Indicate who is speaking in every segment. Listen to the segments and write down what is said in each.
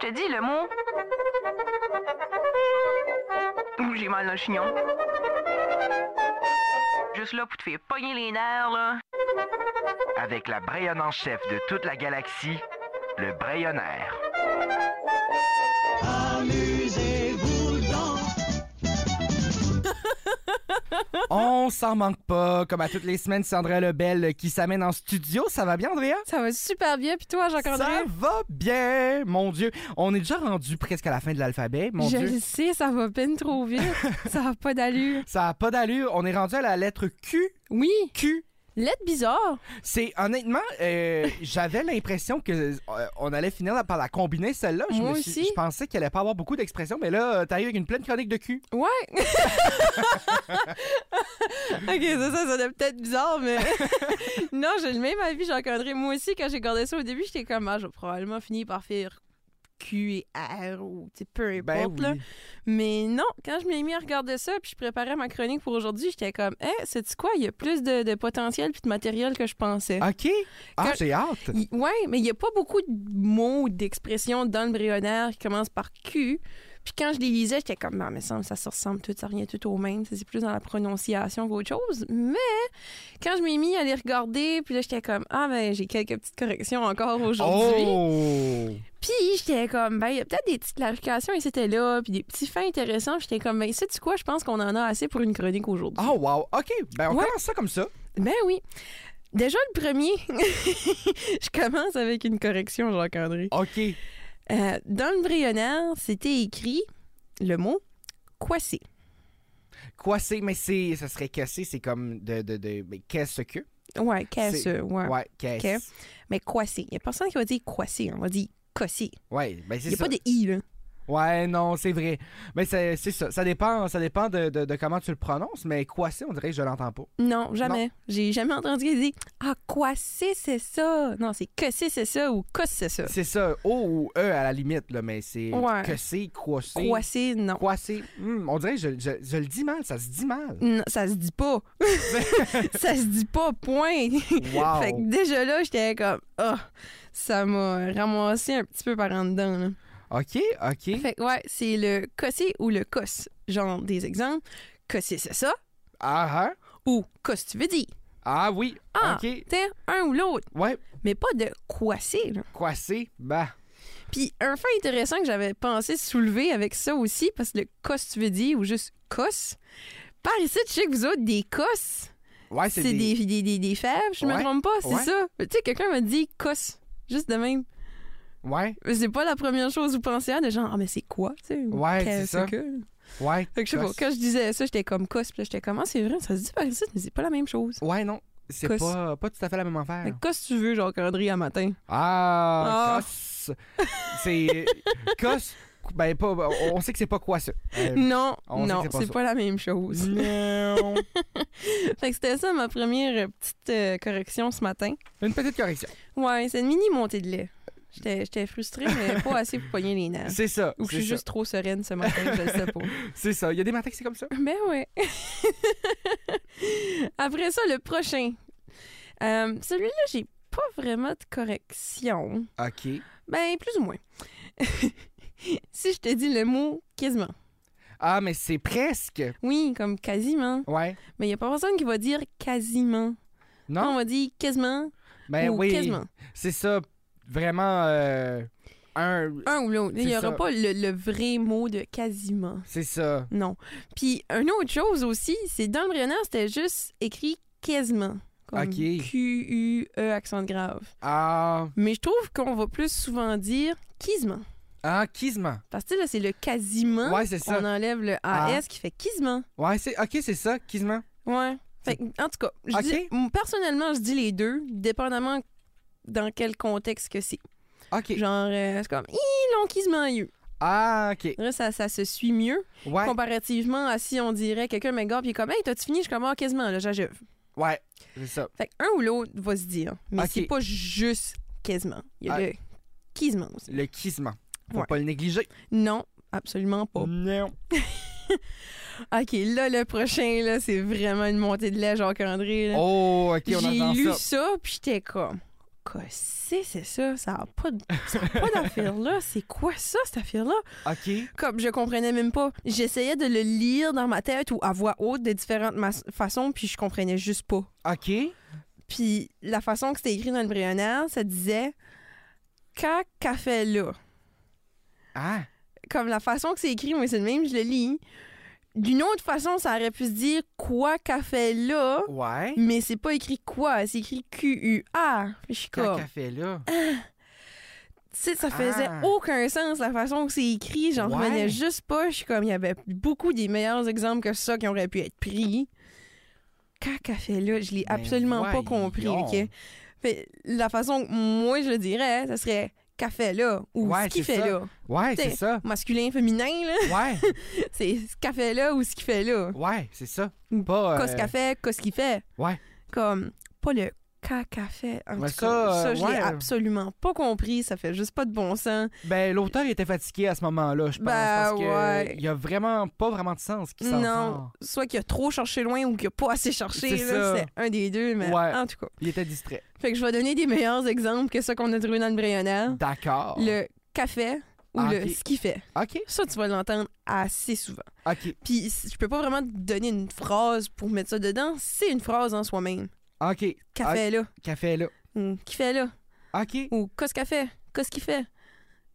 Speaker 1: te dis le mot. Ouh, J'ai mal dans le chignon. Juste là pour te faire pogner les nerfs, là.
Speaker 2: Avec la Brayonne en chef de toute la galaxie, le Brayonnaire.
Speaker 3: Amusez-vous donc.
Speaker 4: Hein?
Speaker 5: On s'en manque pas. Comme à toutes les semaines, c'est Andrea Lebel qui s'amène en studio. Ça va bien, Andrea?
Speaker 4: Ça va super bien. Puis toi,
Speaker 5: Ça
Speaker 4: Jacques-André?
Speaker 5: va bien, mon Dieu. On est déjà rendu presque à la fin de l'alphabet, mon
Speaker 4: Je
Speaker 5: Dieu.
Speaker 4: le sais, ça va peine trop vite. ça n'a pas d'allure.
Speaker 5: Ça a pas d'allure. On est rendu à la lettre Q.
Speaker 4: Oui,
Speaker 5: Q.
Speaker 4: lettre bizarre.
Speaker 5: C'est honnêtement, euh, j'avais l'impression que euh, on allait finir par la combiner celle-là. Je,
Speaker 4: Moi
Speaker 5: me suis-
Speaker 4: aussi.
Speaker 5: je pensais qu'elle allait pas avoir beaucoup d'expressions, mais là, euh, t'arrives avec une pleine chronique de Q.
Speaker 4: Ouais. ok, ça, ça sonnait peut-être bizarre, mais non, j'ai le même avis, Jacques-André. Moi aussi, quand j'ai gardé ça au début, j'étais comme, ah, je vais probablement finir par faire Q et R ou tu sais, peu
Speaker 5: Ben
Speaker 4: importe.
Speaker 5: oui.
Speaker 4: là. Mais non, quand je m'ai mis à regarder ça, puis je préparais ma chronique pour aujourd'hui, j'étais comme, eh, c'est quoi, il y a plus de, de potentiel puis de matériel que je pensais.
Speaker 5: Ok. Ah,
Speaker 4: Que-
Speaker 5: j'ai hâte.
Speaker 4: Y- Ouais, mais il n'y a pas beaucoup de mots ou d'expressions dans le brionnaire qui commencent par Q. Puis quand je les lisais, j'étais comme, Ah, mais ça, ça se ressemble tout, ça revient tout au même. Ça, C'est plus dans la prononciation qu'autre chose. Mais quand je m'ai mis à les regarder, puis là, j'étais comme, ah, ben, j'ai quelques petites corrections encore aujourd'hui.
Speaker 5: Oh.
Speaker 4: Puis j'étais comme, ben, il y a peut-être des petites clarifications et c'était là, puis des petits fins intéressants. J'étais comme, ben, sais-tu quoi, je pense qu'on en a assez pour une chronique aujourd'hui.
Speaker 5: Oh wow. Ok. Ben on
Speaker 4: Ouais.
Speaker 5: commence ça comme ça.
Speaker 4: Ben oui. Déjà le premier, je commence avec une correction, Jacques-André.
Speaker 5: Ok.
Speaker 4: Euh, dans le brionnaire, c'était écrit le mot coissé.
Speaker 5: Quoi c'est Mais c'est, ça serait cassé. C'est comme de, de, de mais qu'est-ce que
Speaker 4: Ouais, caisse,
Speaker 5: C'est-
Speaker 4: ouais.
Speaker 5: Ouais. Qu'est-ce
Speaker 4: Mais coissé. Il n'y a personne qui va dire coissé, on va dire cossé.
Speaker 5: Ouais. Ben
Speaker 4: Il
Speaker 5: c'est
Speaker 4: n'y a
Speaker 5: ça.
Speaker 4: pas de i, là.
Speaker 5: Ouais, non, c'est vrai. Mais c'est c'est ça. Ça dépend, ça dépend de, de, de comment tu le prononces, mais quoi c'est, on dirait que je l'entends pas.
Speaker 4: Non, jamais. J'ai jamais entendu dire Ah, coissé, c'est ça. Non, c'est cossé, c'est ça ou cosse, c'est ça.
Speaker 5: C'est ça, O ou E à la limite, là, mais c'est
Speaker 4: Ouais.
Speaker 5: que c'est, quoi c'est.
Speaker 4: Coissé, non.
Speaker 5: Quoi c'est. Hum, on dirait que je, je, je le dis mal, ça se dit mal.
Speaker 4: Non, ça se dit pas. ça se dit pas, point.
Speaker 5: Wow.
Speaker 4: Fait que déjà là, j'étais comme Ah, ça m'a ramassé un petit peu par en dedans, là.
Speaker 5: OK, OK.
Speaker 4: Fait que ouais, c'est le cossé ou le cosse. Genre des exemples. Cossé, c'est ça.
Speaker 5: Ah, ah.
Speaker 4: Ou cosse, tu veux dire.
Speaker 5: Ah oui.
Speaker 4: Ah,
Speaker 5: OK.
Speaker 4: t'es un ou l'autre.
Speaker 5: Ouais,
Speaker 4: Mais pas de coissé. là.
Speaker 5: quoi c'est. Bah.
Speaker 4: Puis un fait intéressant que j'avais pensé soulever avec ça aussi, parce que le cosse, tu veux dire, ou juste cosse. Par ici, tu sais que vous autres, des cosses,
Speaker 5: Ouais,
Speaker 4: c'est des... Des, des, des fèves, je
Speaker 5: Ah, Ouais.
Speaker 4: me trompe pas, c'est
Speaker 5: Ouais.
Speaker 4: ça. Tu sais, quelqu'un m'a dit cosse. Juste de même.
Speaker 5: Ouais,
Speaker 4: C'est pas la première chose que vous pensez à, de genre, ah, mais c'est quoi, tu sais?
Speaker 5: Ouais, c'est
Speaker 4: qu'est-ce
Speaker 5: ça.
Speaker 4: que?
Speaker 5: ouais.
Speaker 4: Fait que je sais pas,
Speaker 5: Cosse.
Speaker 4: quand je disais ça, j'étais comme cos, puis là, j'étais comme, ah, c'est vrai, ça se dit par ici, mais c'est pas la même chose.
Speaker 5: Ouais, non. C'est
Speaker 4: Cosse.
Speaker 5: pas, pas tout à fait la même affaire.
Speaker 4: Fait que qu'est-ce que tu veux, genre, André, à matin?
Speaker 5: Ah,
Speaker 4: Ah.
Speaker 5: cosse. C'est. cosse. Ben, pas, on sait que c'est pas quoi ça. Euh,
Speaker 4: Non,
Speaker 5: on sait
Speaker 4: non,
Speaker 5: que c'est pas
Speaker 4: c'est
Speaker 5: ça. Mm.
Speaker 4: pas, la même chose.
Speaker 5: non.
Speaker 4: fait que c'était ça ma première euh, petite euh, correction ce matin.
Speaker 5: Une petite correction.
Speaker 4: Ouais, c'est une mini montée de lait. J'étais j'étais frustrée, mais pas assez pour pogner les nerfs.
Speaker 5: C'est ça.
Speaker 4: Ou que
Speaker 5: c'est
Speaker 4: je suis
Speaker 5: ça.
Speaker 4: juste trop sereine ce matin, je le sais pas.
Speaker 5: C'est ça. Il y a des matins que c'est comme ça.
Speaker 4: Ben ouais. Après ça, le prochain. Euh, Celui-là, j'ai pas vraiment de correction.
Speaker 5: OK.
Speaker 4: Ben, plus ou moins. si je te dis le mot quasiment.
Speaker 5: Ah, mais c'est presque.
Speaker 4: Oui, comme quasiment.
Speaker 5: Ouais.
Speaker 4: Mais il n'y a pas personne qui va dire quasiment. On
Speaker 5: Non?
Speaker 4: va dire quasiment
Speaker 5: Ben
Speaker 4: ou
Speaker 5: oui.
Speaker 4: quasiment.
Speaker 5: C'est ça. Vraiment. euh, un.
Speaker 4: Un ou l'autre. Il
Speaker 5: C'est
Speaker 4: n'y aura
Speaker 5: ça.
Speaker 4: pas le, le vrai mot de quasiment.
Speaker 5: C'est ça.
Speaker 4: Non. Puis, une autre chose aussi, c'est dans le brionnaire, c'était juste écrit quasiment. Comme
Speaker 5: Ok.
Speaker 4: Q-U-E, accent grave.
Speaker 5: Ah.
Speaker 4: Mais je trouve qu'on va plus souvent dire quasiment.
Speaker 5: Ah, quasiment.
Speaker 4: Parce que là, c'est le quasiment.
Speaker 5: Ouais, c'est ça.
Speaker 4: Hein? On enlève le
Speaker 5: Ah.
Speaker 4: AS qui fait quasiment.
Speaker 5: Ouais, c'est. OK, c'est ça. Quasiment.
Speaker 4: Ouais. Fait que, en tout cas, je
Speaker 5: Ok.
Speaker 4: dis- m- personnellement, je dis les deux, dépendamment dans quel contexte que c'est.
Speaker 5: OK.
Speaker 4: Genre, euh, c'est comme, ils l'ont quasiment eu.
Speaker 5: Ah, OK.
Speaker 4: Là, ça, ça se suit mieux,
Speaker 5: Ouais.
Speaker 4: comparativement à si on dirait quelqu'un m'égare, puis il est comme, hey, t'as-tu fini? Je suis comme, ah, quasiment, là, j'ajoute.
Speaker 5: Ouais. C'est ça.
Speaker 4: Fait que un ou l'autre va se dire, mais
Speaker 5: Ok.
Speaker 4: c'est pas juste quasiment. Il y a
Speaker 5: Ah.
Speaker 4: le quasiment aussi.
Speaker 5: Le quasiment. Faut
Speaker 4: Ouais.
Speaker 5: pas le négliger.
Speaker 4: Non, absolument
Speaker 5: Mm.
Speaker 4: pas.
Speaker 5: Non.
Speaker 4: Ok, là, le prochain, là, c'est vraiment une montée de lait, Jacques-André. là.
Speaker 5: Oh, OK, on
Speaker 4: J'ai
Speaker 5: entend
Speaker 4: lu
Speaker 5: ça.
Speaker 4: ça, puis j'étais comme, Cossé, c'est ça. Ça n'a pas, de- ça a pas d'affaire là. C'est quoi ça, cette affaire-là?
Speaker 5: OK.
Speaker 4: Comme je comprenais même pas. J'essayais de le lire dans ma tête ou à voix haute de différentes mas- façons, puis je comprenais juste pas.
Speaker 5: OK.
Speaker 4: Puis la façon que c'était écrit dans le brionnaire, ça disait Qu'a qu'a fait là?
Speaker 5: Ah.
Speaker 4: Comme la façon que c'est écrit, mais c'est le même, je le lis. D'une autre façon, ça aurait pu se dire quoi qu'a fait là,
Speaker 5: Ouais.
Speaker 4: mais c'est pas écrit quoi, c'est écrit Q-U-A. Puis Je suis
Speaker 5: Qu'un
Speaker 4: comme. Tu
Speaker 5: café là.
Speaker 4: sais, ça faisait
Speaker 5: Ah.
Speaker 4: aucun sens la façon que c'est écrit, j'en
Speaker 5: Ouais.
Speaker 4: revenais juste pas. Je suis comme, il y avait beaucoup des meilleurs exemples que ça qui auraient pu être pris. Qu'a qu'a fait là, je l'ai
Speaker 5: Ben
Speaker 4: absolument pas compris,
Speaker 5: voyons.
Speaker 4: ok? Fait, la façon que moi je le dirais, ça serait café là ou
Speaker 5: Ouais,
Speaker 4: ce qu'il
Speaker 5: c'est
Speaker 4: fait
Speaker 5: ça.
Speaker 4: là.
Speaker 5: Ouais,
Speaker 4: T'sais.
Speaker 5: c'est ça.
Speaker 4: Masculin, féminin, là.
Speaker 5: Ouais.
Speaker 4: C'est ce café là ou ce qu'il fait là.
Speaker 5: Ouais, c'est ça. Pas.
Speaker 4: Mm.
Speaker 5: euh,
Speaker 4: Qu'est-ce qu'il fait, qu'est-ce qu'il fait.
Speaker 5: Ouais.
Speaker 4: Comme, pas le caca fait. En
Speaker 5: Ouais,
Speaker 4: tout cas,
Speaker 5: ça,
Speaker 4: ça,
Speaker 5: euh,
Speaker 4: je
Speaker 5: ouais.
Speaker 4: l'ai absolument pas compris. Ça fait juste pas de bon sens.
Speaker 5: Ben, l'auteur était fatigué à ce moment-là, je pense.
Speaker 4: Ben,
Speaker 5: parce que
Speaker 4: ouais.
Speaker 5: Il y a vraiment pas vraiment de sens qui s'en
Speaker 4: Non,
Speaker 5: sort.
Speaker 4: soit qu'il a trop cherché loin ou qu'il a pas assez cherché.
Speaker 5: C'est ça.
Speaker 4: là, C'est un des deux, mais
Speaker 5: Ouais.
Speaker 4: en tout cas.
Speaker 5: Il était distrait.
Speaker 4: Fait que je vais donner des meilleurs exemples que ceux qu'on a trouvé dans le brayonnaire.
Speaker 5: D'accord.
Speaker 4: Le café ou
Speaker 5: Ah,
Speaker 4: le
Speaker 5: ok.
Speaker 4: ce qu'il fait.
Speaker 5: OK.
Speaker 4: Ça, tu vas l'entendre assez souvent.
Speaker 5: OK.
Speaker 4: Puis c- je peux pas vraiment te donner une phrase pour mettre ça dedans. C'est une phrase en soi-même.
Speaker 5: OK.
Speaker 4: Café là,
Speaker 5: Café là.
Speaker 4: ou qui fait là,
Speaker 5: OK.
Speaker 4: ou qu'est-ce qu'elle fait, qu'est-ce qu'il fait.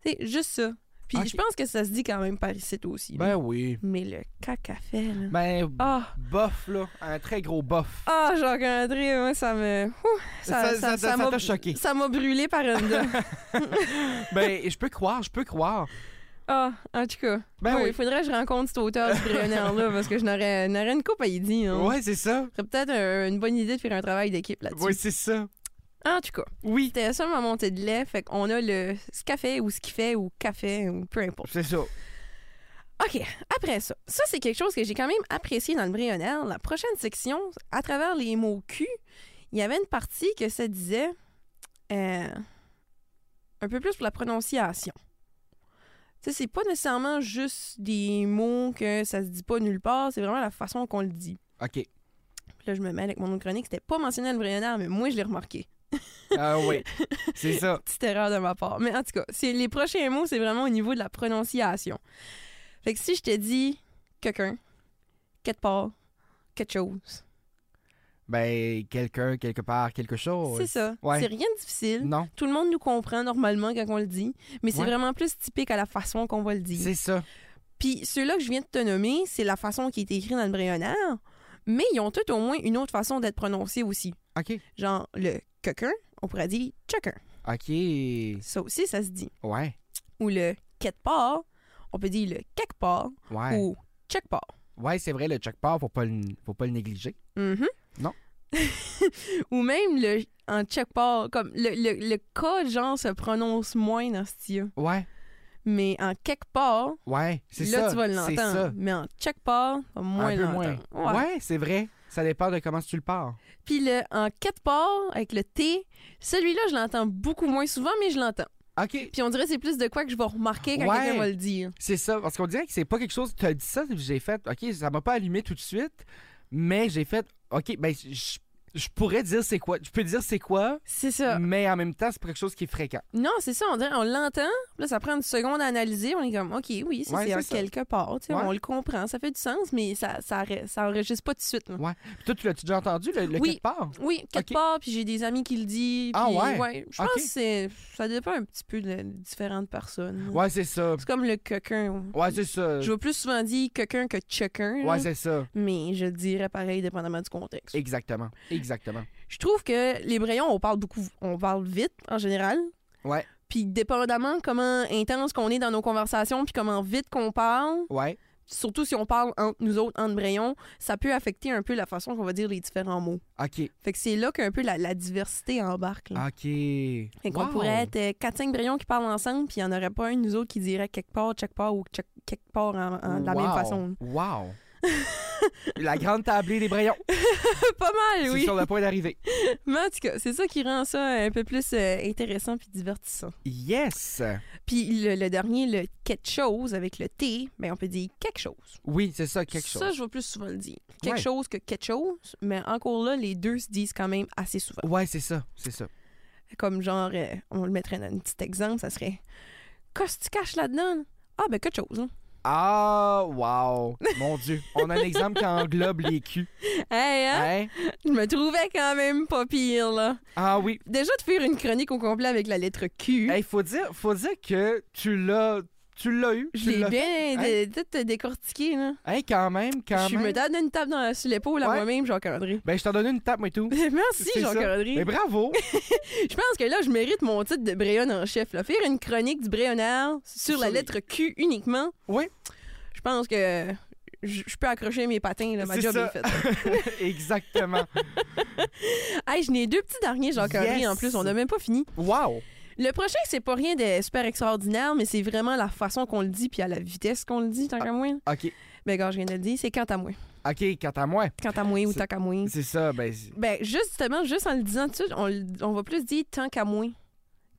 Speaker 4: C'est juste ça. Puis
Speaker 5: Ok.
Speaker 4: je pense que ça se dit quand même par ici aussi. là.
Speaker 5: Ben oui.
Speaker 4: Mais le caca fait là.
Speaker 5: Ben,
Speaker 4: Ah,
Speaker 5: bof là. Un très gros bof.
Speaker 4: ah, Jacques-André, moi, ça me. ouh,
Speaker 5: Ça- ça- ça
Speaker 4: m'a-
Speaker 5: t'a choqué.
Speaker 4: Ça m'a brûlé par un doigt.
Speaker 5: ben, je peux croire, je peux croire.
Speaker 4: Ah, en tout cas.
Speaker 5: Ben
Speaker 4: Ouais,
Speaker 5: oui.
Speaker 4: Il faudrait que je rencontre cet auteur du Brionnaire là parce que je n'aurais n'aurais une coupe à y dire. hein.
Speaker 5: Ouais, c'est ça.
Speaker 4: Ce serait peut-être un- une bonne idée de faire un travail d'équipe là-dessus.
Speaker 5: Oui, c'est ça.
Speaker 4: En tout cas,
Speaker 5: Oui.
Speaker 4: c'était ça ma montée de lait. Fait qu'on a le ce café ou ce qu'il fait ou café ou peu importe.
Speaker 5: C'est ça.
Speaker 4: OK, après ça. Ça, c'est quelque chose que j'ai quand même apprécié dans le Brionnaire. La prochaine section, à travers les mots cul, il y avait une partie que ça disait euh, un peu plus pour la prononciation. Tu sais, c'est pas nécessairement juste des mots que ça se dit pas nulle part, c'est vraiment la façon qu'on le dit.
Speaker 5: OK.
Speaker 4: Puis Là, je me mets avec mon autre chronique. C'était pas mentionné dans le Brionnaire, mais moi, je l'ai remarqué.
Speaker 5: Ah oui. C'est ça.
Speaker 4: petite erreur de ma part. Mais en tout cas, c'est, les prochains mots, c'est vraiment au niveau de la prononciation. Fait que si je te dis quelqu'un, quelque part, quelque chose,
Speaker 5: Ben, quelqu'un, quelque part, quelque chose.
Speaker 4: c'est ça.
Speaker 5: Ouais.
Speaker 4: C'est rien de difficile.
Speaker 5: Non,
Speaker 4: Tout le monde nous comprend normalement quand on le dit, mais c'est
Speaker 5: Ouais.
Speaker 4: vraiment plus typique à la façon qu'on va le dire.
Speaker 5: c'est ça.
Speaker 4: Puis ceux-là que je viens de te nommer, c'est la façon qui est écrite dans le brayonnaire, mais ils ont tout au moins une autre façon d'être prononcés aussi.
Speaker 5: OK.
Speaker 4: Genre le quelqu'un, on pourrait dire chacun.
Speaker 5: OK.
Speaker 4: Ça aussi, ça se dit.
Speaker 5: Ouais.
Speaker 4: Ou le quelque part, on peut dire le quelque part.
Speaker 5: Ouais.
Speaker 4: ou check part.
Speaker 5: Ouais, c'est vrai, le check-part, faut pas le, faut pas le négliger.
Speaker 4: Mhm.
Speaker 5: Non.
Speaker 4: ou même le en check part, comme le, le, le cas, genre, se prononce moins dans ce style.
Speaker 5: Ouais.
Speaker 4: Mais en quelque part,
Speaker 5: Ouais, c'est
Speaker 4: là,
Speaker 5: ça.
Speaker 4: tu vas
Speaker 5: C'est ça.
Speaker 4: l'entendre. Mais en check part, on va moins
Speaker 5: Un peu
Speaker 4: l'entendre.
Speaker 5: moins.
Speaker 4: Ouais.
Speaker 5: Ouais, c'est vrai. Ça dépend de comment tu le pars.
Speaker 4: Puis le en quatre part, avec le T, celui-là, je l'entends beaucoup moins souvent, mais je l'entends.
Speaker 5: OK.
Speaker 4: Puis on dirait que c'est plus de quoi que je vais remarquer quand
Speaker 5: Ouais.
Speaker 4: quelqu'un va le dire.
Speaker 5: C'est ça. Parce qu'on dirait que c'est pas quelque chose. Tu as dit ça, j'ai fait. OK, ça m'a pas allumé tout de suite. Mais j'ai fait. OK, ben, je je pourrais dire c'est quoi. Je peux dire c'est quoi.
Speaker 4: C'est ça.
Speaker 5: Mais en même temps, c'est pas quelque chose qui est fréquent.
Speaker 4: Non, c'est ça, on dirait, on l'entend, puis là, ça prend une seconde à analyser, on est comme, OK, oui, ça,
Speaker 5: Ouais,
Speaker 4: c'est
Speaker 5: c'est
Speaker 4: un
Speaker 5: ça.
Speaker 4: quelque part, tu sais,
Speaker 5: Ouais.
Speaker 4: on le comprend, ça fait du sens, mais ça, ça, re- ça enregistre pas tout de suite. là.
Speaker 5: Puis toi, tu l'as-tu déjà entendu, le, le
Speaker 4: Oui.
Speaker 5: quelque part?
Speaker 4: Oui, quelque
Speaker 5: Ok.
Speaker 4: part, puis j'ai des amis qui le disent.
Speaker 5: Ah
Speaker 4: puis,
Speaker 5: ouais?
Speaker 4: Je pense
Speaker 5: Ok.
Speaker 4: que c'est- ça dépend un petit peu de la- différentes personnes. là.
Speaker 5: Ouais, c'est ça.
Speaker 4: C'est comme le coquin.
Speaker 5: Ouais, c'est ça.
Speaker 4: Je vois plus souvent dire coquin que chacun,
Speaker 5: Ouais, c'est ça.
Speaker 4: mais je le dirais pareil, dépendamment du contexte.
Speaker 5: Exactement. Exactement.
Speaker 4: Je trouve que les brayons, on parle beaucoup, on parle vite en général.
Speaker 5: Ouais.
Speaker 4: Puis dépendamment comment intense qu'on est dans nos conversations, puis comment vite qu'on parle,
Speaker 5: Ouais.
Speaker 4: surtout si on parle entre nous autres, entre brayons, ça peut affecter un peu la façon qu'on va dire les différents mots.
Speaker 5: OK.
Speaker 4: Fait que c'est là qu'un peu la, la diversité embarque. Là.
Speaker 5: OK.
Speaker 4: Fait qu'on
Speaker 5: Wow.
Speaker 4: pourrait être euh, 4-5 brayons qui parlent ensemble, puis il n'y en aurait pas un de nous autres qui dirait quelque part, check part ou check- quelque part en- en- hein, de la même
Speaker 5: Wow.
Speaker 4: façon.
Speaker 5: Wow. la grande tablée des Brayons.
Speaker 4: pas mal,
Speaker 5: C'est
Speaker 4: oui.
Speaker 5: sur le point d'arriver.
Speaker 4: Mais en tout cas, c'est ça qui rend ça un peu plus euh, intéressant puis divertissant.
Speaker 5: Yes.
Speaker 4: Puis le, le dernier, le quelque chose avec le T, ben on peut dire quelque chose.
Speaker 5: Oui, c'est ça, quelque
Speaker 4: Ça,
Speaker 5: chose.
Speaker 4: je vais plus souvent le dire. Quelque
Speaker 5: Ouais.
Speaker 4: chose que quelque chose, mais encore là, les deux se disent quand même assez souvent.
Speaker 5: Ouais, c'est ça. C'est ça.
Speaker 4: Comme genre, euh, on le mettrait dans un petit exemple, ça serait Qu'est-ce que tu caches là-dedans? là? Ah, ben, quelque chose. hein.
Speaker 5: Ah, wow. Mon Dieu. On a un exemple qui englobe les culs.
Speaker 4: Hey, hein?
Speaker 5: Hein?
Speaker 4: Je me trouvais quand même pas pire, là.
Speaker 5: Ah oui.
Speaker 4: Déjà, de faire une chronique au complet avec la lettre Q.
Speaker 5: Il faut, dire, faut dire que tu l'as tu l'as eu.
Speaker 4: je
Speaker 5: Tu
Speaker 4: l'ai
Speaker 5: l'as
Speaker 4: bien
Speaker 5: fait.
Speaker 4: dé- tout décortiqué, là.
Speaker 5: Hey, quand même, quand
Speaker 4: Je suis
Speaker 5: même.
Speaker 4: me donne une tape dans, sur l'épaule à
Speaker 5: Ouais.
Speaker 4: moi-même, Jacques-André.
Speaker 5: Ben, je t'en donne une tape, moi et tout.
Speaker 4: Merci,
Speaker 5: C'est ça.
Speaker 4: Jacques-André.
Speaker 5: Mais bravo.
Speaker 4: Je pense que là, je mérite mon titre de Bréon en chef. Là. Faire une chronique du Bréonard sur la
Speaker 5: Sur-
Speaker 4: lettre Q uniquement.
Speaker 5: Oui.
Speaker 4: Je pense que je je peux accrocher mes patins. Là. Ma
Speaker 5: C'est
Speaker 4: job
Speaker 5: ça.
Speaker 4: est faite.
Speaker 5: Exactement.
Speaker 4: hey, je n'ai deux petits derniers, Jacques-André,
Speaker 5: Yes.
Speaker 4: en plus. On n'a même pas fini.
Speaker 5: Wow.
Speaker 4: Le prochain, c'est pas rien de super extraordinaire, mais c'est vraiment la façon qu'on le dit puis à la vitesse qu'on le dit,
Speaker 5: Ah.
Speaker 4: tant qu'à moi.
Speaker 5: OK.
Speaker 4: Ben, gars, je viens de le dire, c'est quant à moi.
Speaker 5: OK, quant à moi,
Speaker 4: Quant à moi ou
Speaker 5: C'est-
Speaker 4: tant qu'à moi.
Speaker 5: c'est ça. Ben, c'est-
Speaker 4: Ben, justement, juste en le disant tout de suite, on, le- on va plus dire tant qu'à moi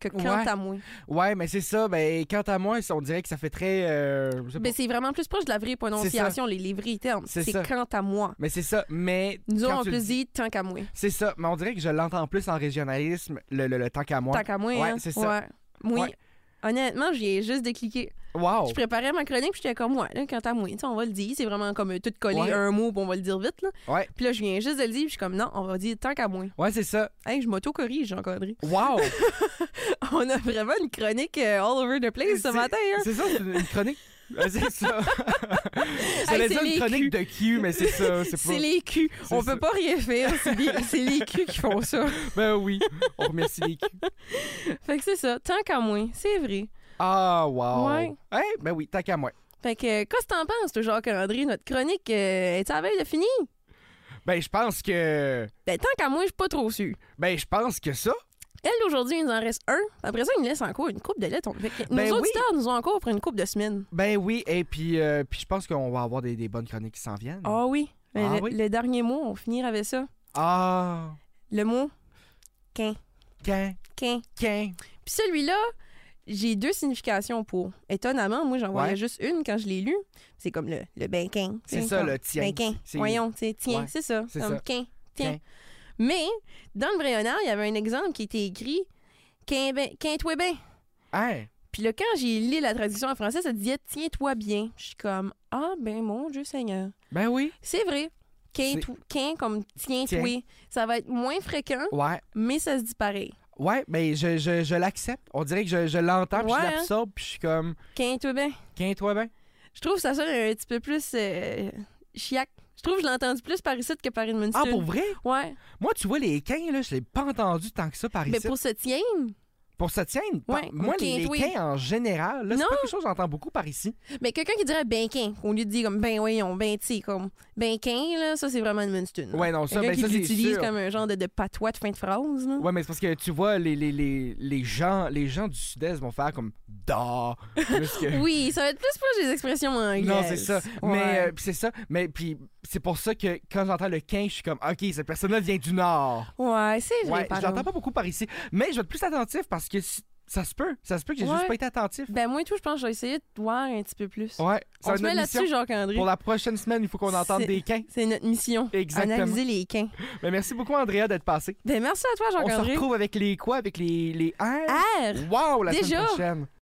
Speaker 4: que quant
Speaker 5: Ouais.
Speaker 4: à moi.
Speaker 5: ouais, mais c'est ça. Ben, quant à moi, on dirait que ça fait très. euh, je sais pas.
Speaker 4: Ben, c'est vraiment plus proche de la vraie prononciation, les, les vrais termes.
Speaker 5: C'est
Speaker 4: C'est
Speaker 5: ça.
Speaker 4: quant à moi.
Speaker 5: Mais c'est ça. Mais.
Speaker 4: Nous
Speaker 5: quand
Speaker 4: autres, on
Speaker 5: tu le
Speaker 4: plus
Speaker 5: dis-
Speaker 4: dit tant qu'à moi.
Speaker 5: C'est ça. Mais on dirait que je l'entends plus en régionalisme, le, le, le tant qu'à moi.
Speaker 4: Tant qu'à moi,
Speaker 5: Ouais,
Speaker 4: hein.
Speaker 5: c'est ça.
Speaker 4: Ouais. Oui.
Speaker 5: Ouais. Oh.
Speaker 4: Honnêtement, j'y ai juste décliqué.
Speaker 5: Wow.
Speaker 4: Je préparais ma chronique, puis j'étais comme, ouais, là, quant à moi, tu sais, on va le dire. C'est vraiment comme euh, tout coller
Speaker 5: Ouais.
Speaker 4: un mot, puis on va le dire vite, là.
Speaker 5: Ouais.
Speaker 4: Puis là, je viens juste de le dire, puis je suis comme, non, on va dire tant qu'à moi.
Speaker 5: Ouais, c'est ça.
Speaker 4: Hey, je m'auto-corrige, Jean-Candré.
Speaker 5: Wow.
Speaker 4: On a vraiment une chronique euh, all over the place ce
Speaker 5: C'est-
Speaker 4: matin, hein.
Speaker 5: C'est ça, c'est une une chronique. Euh, c'est ça. J'allais
Speaker 4: Hey,
Speaker 5: dire
Speaker 4: c'est
Speaker 5: une
Speaker 4: les
Speaker 5: chronique de Q, mais c'est ça. C'est
Speaker 4: C'est
Speaker 5: pas...
Speaker 4: les culs.
Speaker 5: C'est
Speaker 4: On
Speaker 5: ça.
Speaker 4: peut pas rien faire. c'est les- C'est les culs qui font ça.
Speaker 5: Ben oui. On remercie les Q.
Speaker 4: Fait que c'est ça. Tant qu'à moi, c'est vrai.
Speaker 5: Ah, wow.
Speaker 4: Ouais.
Speaker 5: Hey, ben oui, tant qu'à moi.
Speaker 4: Fait que, euh, qu'est-ce que t'en penses, toi, Jacques-André? Notre chronique euh, est-tu à la veille de finir?
Speaker 5: Ben, je pense que.
Speaker 4: Ben, tant qu'à moi, je suis pas trop sûre.
Speaker 5: Ben, je pense que ça.
Speaker 4: Elle, aujourd'hui, il nous en reste un. Après ça, il nous laisse encore une coupe de lettres. Fait que
Speaker 5: Ben
Speaker 4: nos
Speaker 5: oui.
Speaker 4: auditeurs nous ont encore pour une coupe de semaines.
Speaker 5: Ben oui, et puis, euh, puis je pense qu'on va avoir des, des bonnes chroniques qui s'en viennent.
Speaker 4: Ah oui. Mais
Speaker 5: Ah
Speaker 4: le,
Speaker 5: oui.
Speaker 4: le dernier mot, on finira avec ça.
Speaker 5: Ah,
Speaker 4: Le mot
Speaker 5: quin,
Speaker 4: quin.
Speaker 5: quin.
Speaker 4: Puis celui-là, j'ai deux significations pour. Étonnamment, moi, j'en voyais juste une quand je l'ai lu. C'est comme le, le ben quin.
Speaker 5: C'est
Speaker 4: Tu sais,
Speaker 5: ça,
Speaker 4: comme
Speaker 5: le tien.
Speaker 4: Ben quin.
Speaker 5: C'est-
Speaker 4: Voyons, tu sais, tiens,
Speaker 5: Ouais.
Speaker 4: c'est ça.
Speaker 5: C'est
Speaker 4: comme
Speaker 5: ça.
Speaker 4: quin, tiens.
Speaker 5: Quin.
Speaker 4: Mais dans le Bréonard, il y avait un exemple qui était écrit quin ben, quin toi ben.
Speaker 5: Hein?
Speaker 4: Puis là, quand j'ai lu la traduction en français, ça disait tiens-toi bien. Je suis comme ah ben mon Dieu Seigneur.
Speaker 5: Ben oui.
Speaker 4: C'est vrai. Quin,
Speaker 5: C'est-
Speaker 4: tou- quin comme tiens-toi.
Speaker 5: Tiens.
Speaker 4: Ça va être moins fréquent,
Speaker 5: Ouais.
Speaker 4: mais ça se dit pareil.
Speaker 5: Ouais, ben je, je, je l'accepte. On dirait que je, je l'entends, puis
Speaker 4: Ouais,
Speaker 5: je
Speaker 4: hein.
Speaker 5: l'absorbe, puis je suis comme,
Speaker 4: Quin-toi ben.
Speaker 5: quin, toi, ben.
Speaker 4: Je trouve que ça sonne un petit peu plus euh, chiac. Je trouve que je l'ai entendu plus par ici que par Edmundston.
Speaker 5: Ah, pour vrai?
Speaker 4: Ouais.
Speaker 5: Moi, tu vois, les quins, là, je l'ai pas entendu tant que ça par
Speaker 4: Mais
Speaker 5: ici.
Speaker 4: pour ce tien,
Speaker 5: Pour se tienne, par-
Speaker 4: Ouais,
Speaker 5: moi,
Speaker 4: ok,
Speaker 5: les- les
Speaker 4: oui.
Speaker 5: quins en général, là, c'est
Speaker 4: Non.
Speaker 5: pas quelque chose que j'entends beaucoup par ici.
Speaker 4: mais quelqu'un qui dirait ben quin, au lieu de dire comme ben voyons, ben t'sais, comme ben quin, là, ça c'est vraiment Edmundston.
Speaker 5: Ouais, non, ça,
Speaker 4: Quelqu'un
Speaker 5: ben
Speaker 4: qui
Speaker 5: ça, c'est
Speaker 4: l'utilise
Speaker 5: sûr.
Speaker 4: comme un genre de, de patois de fin de phrase. Là.
Speaker 5: Ouais, mais c'est parce que tu vois, les, les, les, les gens, les gens du sud-est vont faire comme da. plus que-
Speaker 4: Oui, ça va être plus proche des expressions anglaises.
Speaker 5: Non, c'est ça.
Speaker 4: Ouais.
Speaker 5: Mais euh, puis c'est ça. Mais puis c'est pour ça que quand j'entends le quin, je suis comme OK, cette personne-là vient du nord.
Speaker 4: Ouais, c'est vrai.
Speaker 5: Ouais, je
Speaker 4: pardon.
Speaker 5: l'entends pas beaucoup par ici. Mais je vais être plus attentif parce que si- ça se peut, ça se peut que j'ai
Speaker 4: Ouais.
Speaker 5: juste pas été attentif.
Speaker 4: Ben moi et tout, je pense que je vais essayer de voir un petit peu plus.
Speaker 5: Ouais,
Speaker 4: On
Speaker 5: c'est
Speaker 4: se
Speaker 5: notre
Speaker 4: met
Speaker 5: mission.
Speaker 4: là-dessus, Jacques-André.
Speaker 5: Pour la prochaine semaine, il faut qu'on entende
Speaker 4: C'est-
Speaker 5: des quins.
Speaker 4: C'est notre mission.
Speaker 5: Exactement.
Speaker 4: Analyser les quins.
Speaker 5: Mais merci beaucoup Andrea d'être passé.
Speaker 4: Ben merci à toi,
Speaker 5: On se
Speaker 4: Jacques-André.
Speaker 5: retrouve avec les quoi avec les les R.
Speaker 4: R.
Speaker 5: Wow, la
Speaker 4: Déjà?
Speaker 5: semaine prochaine.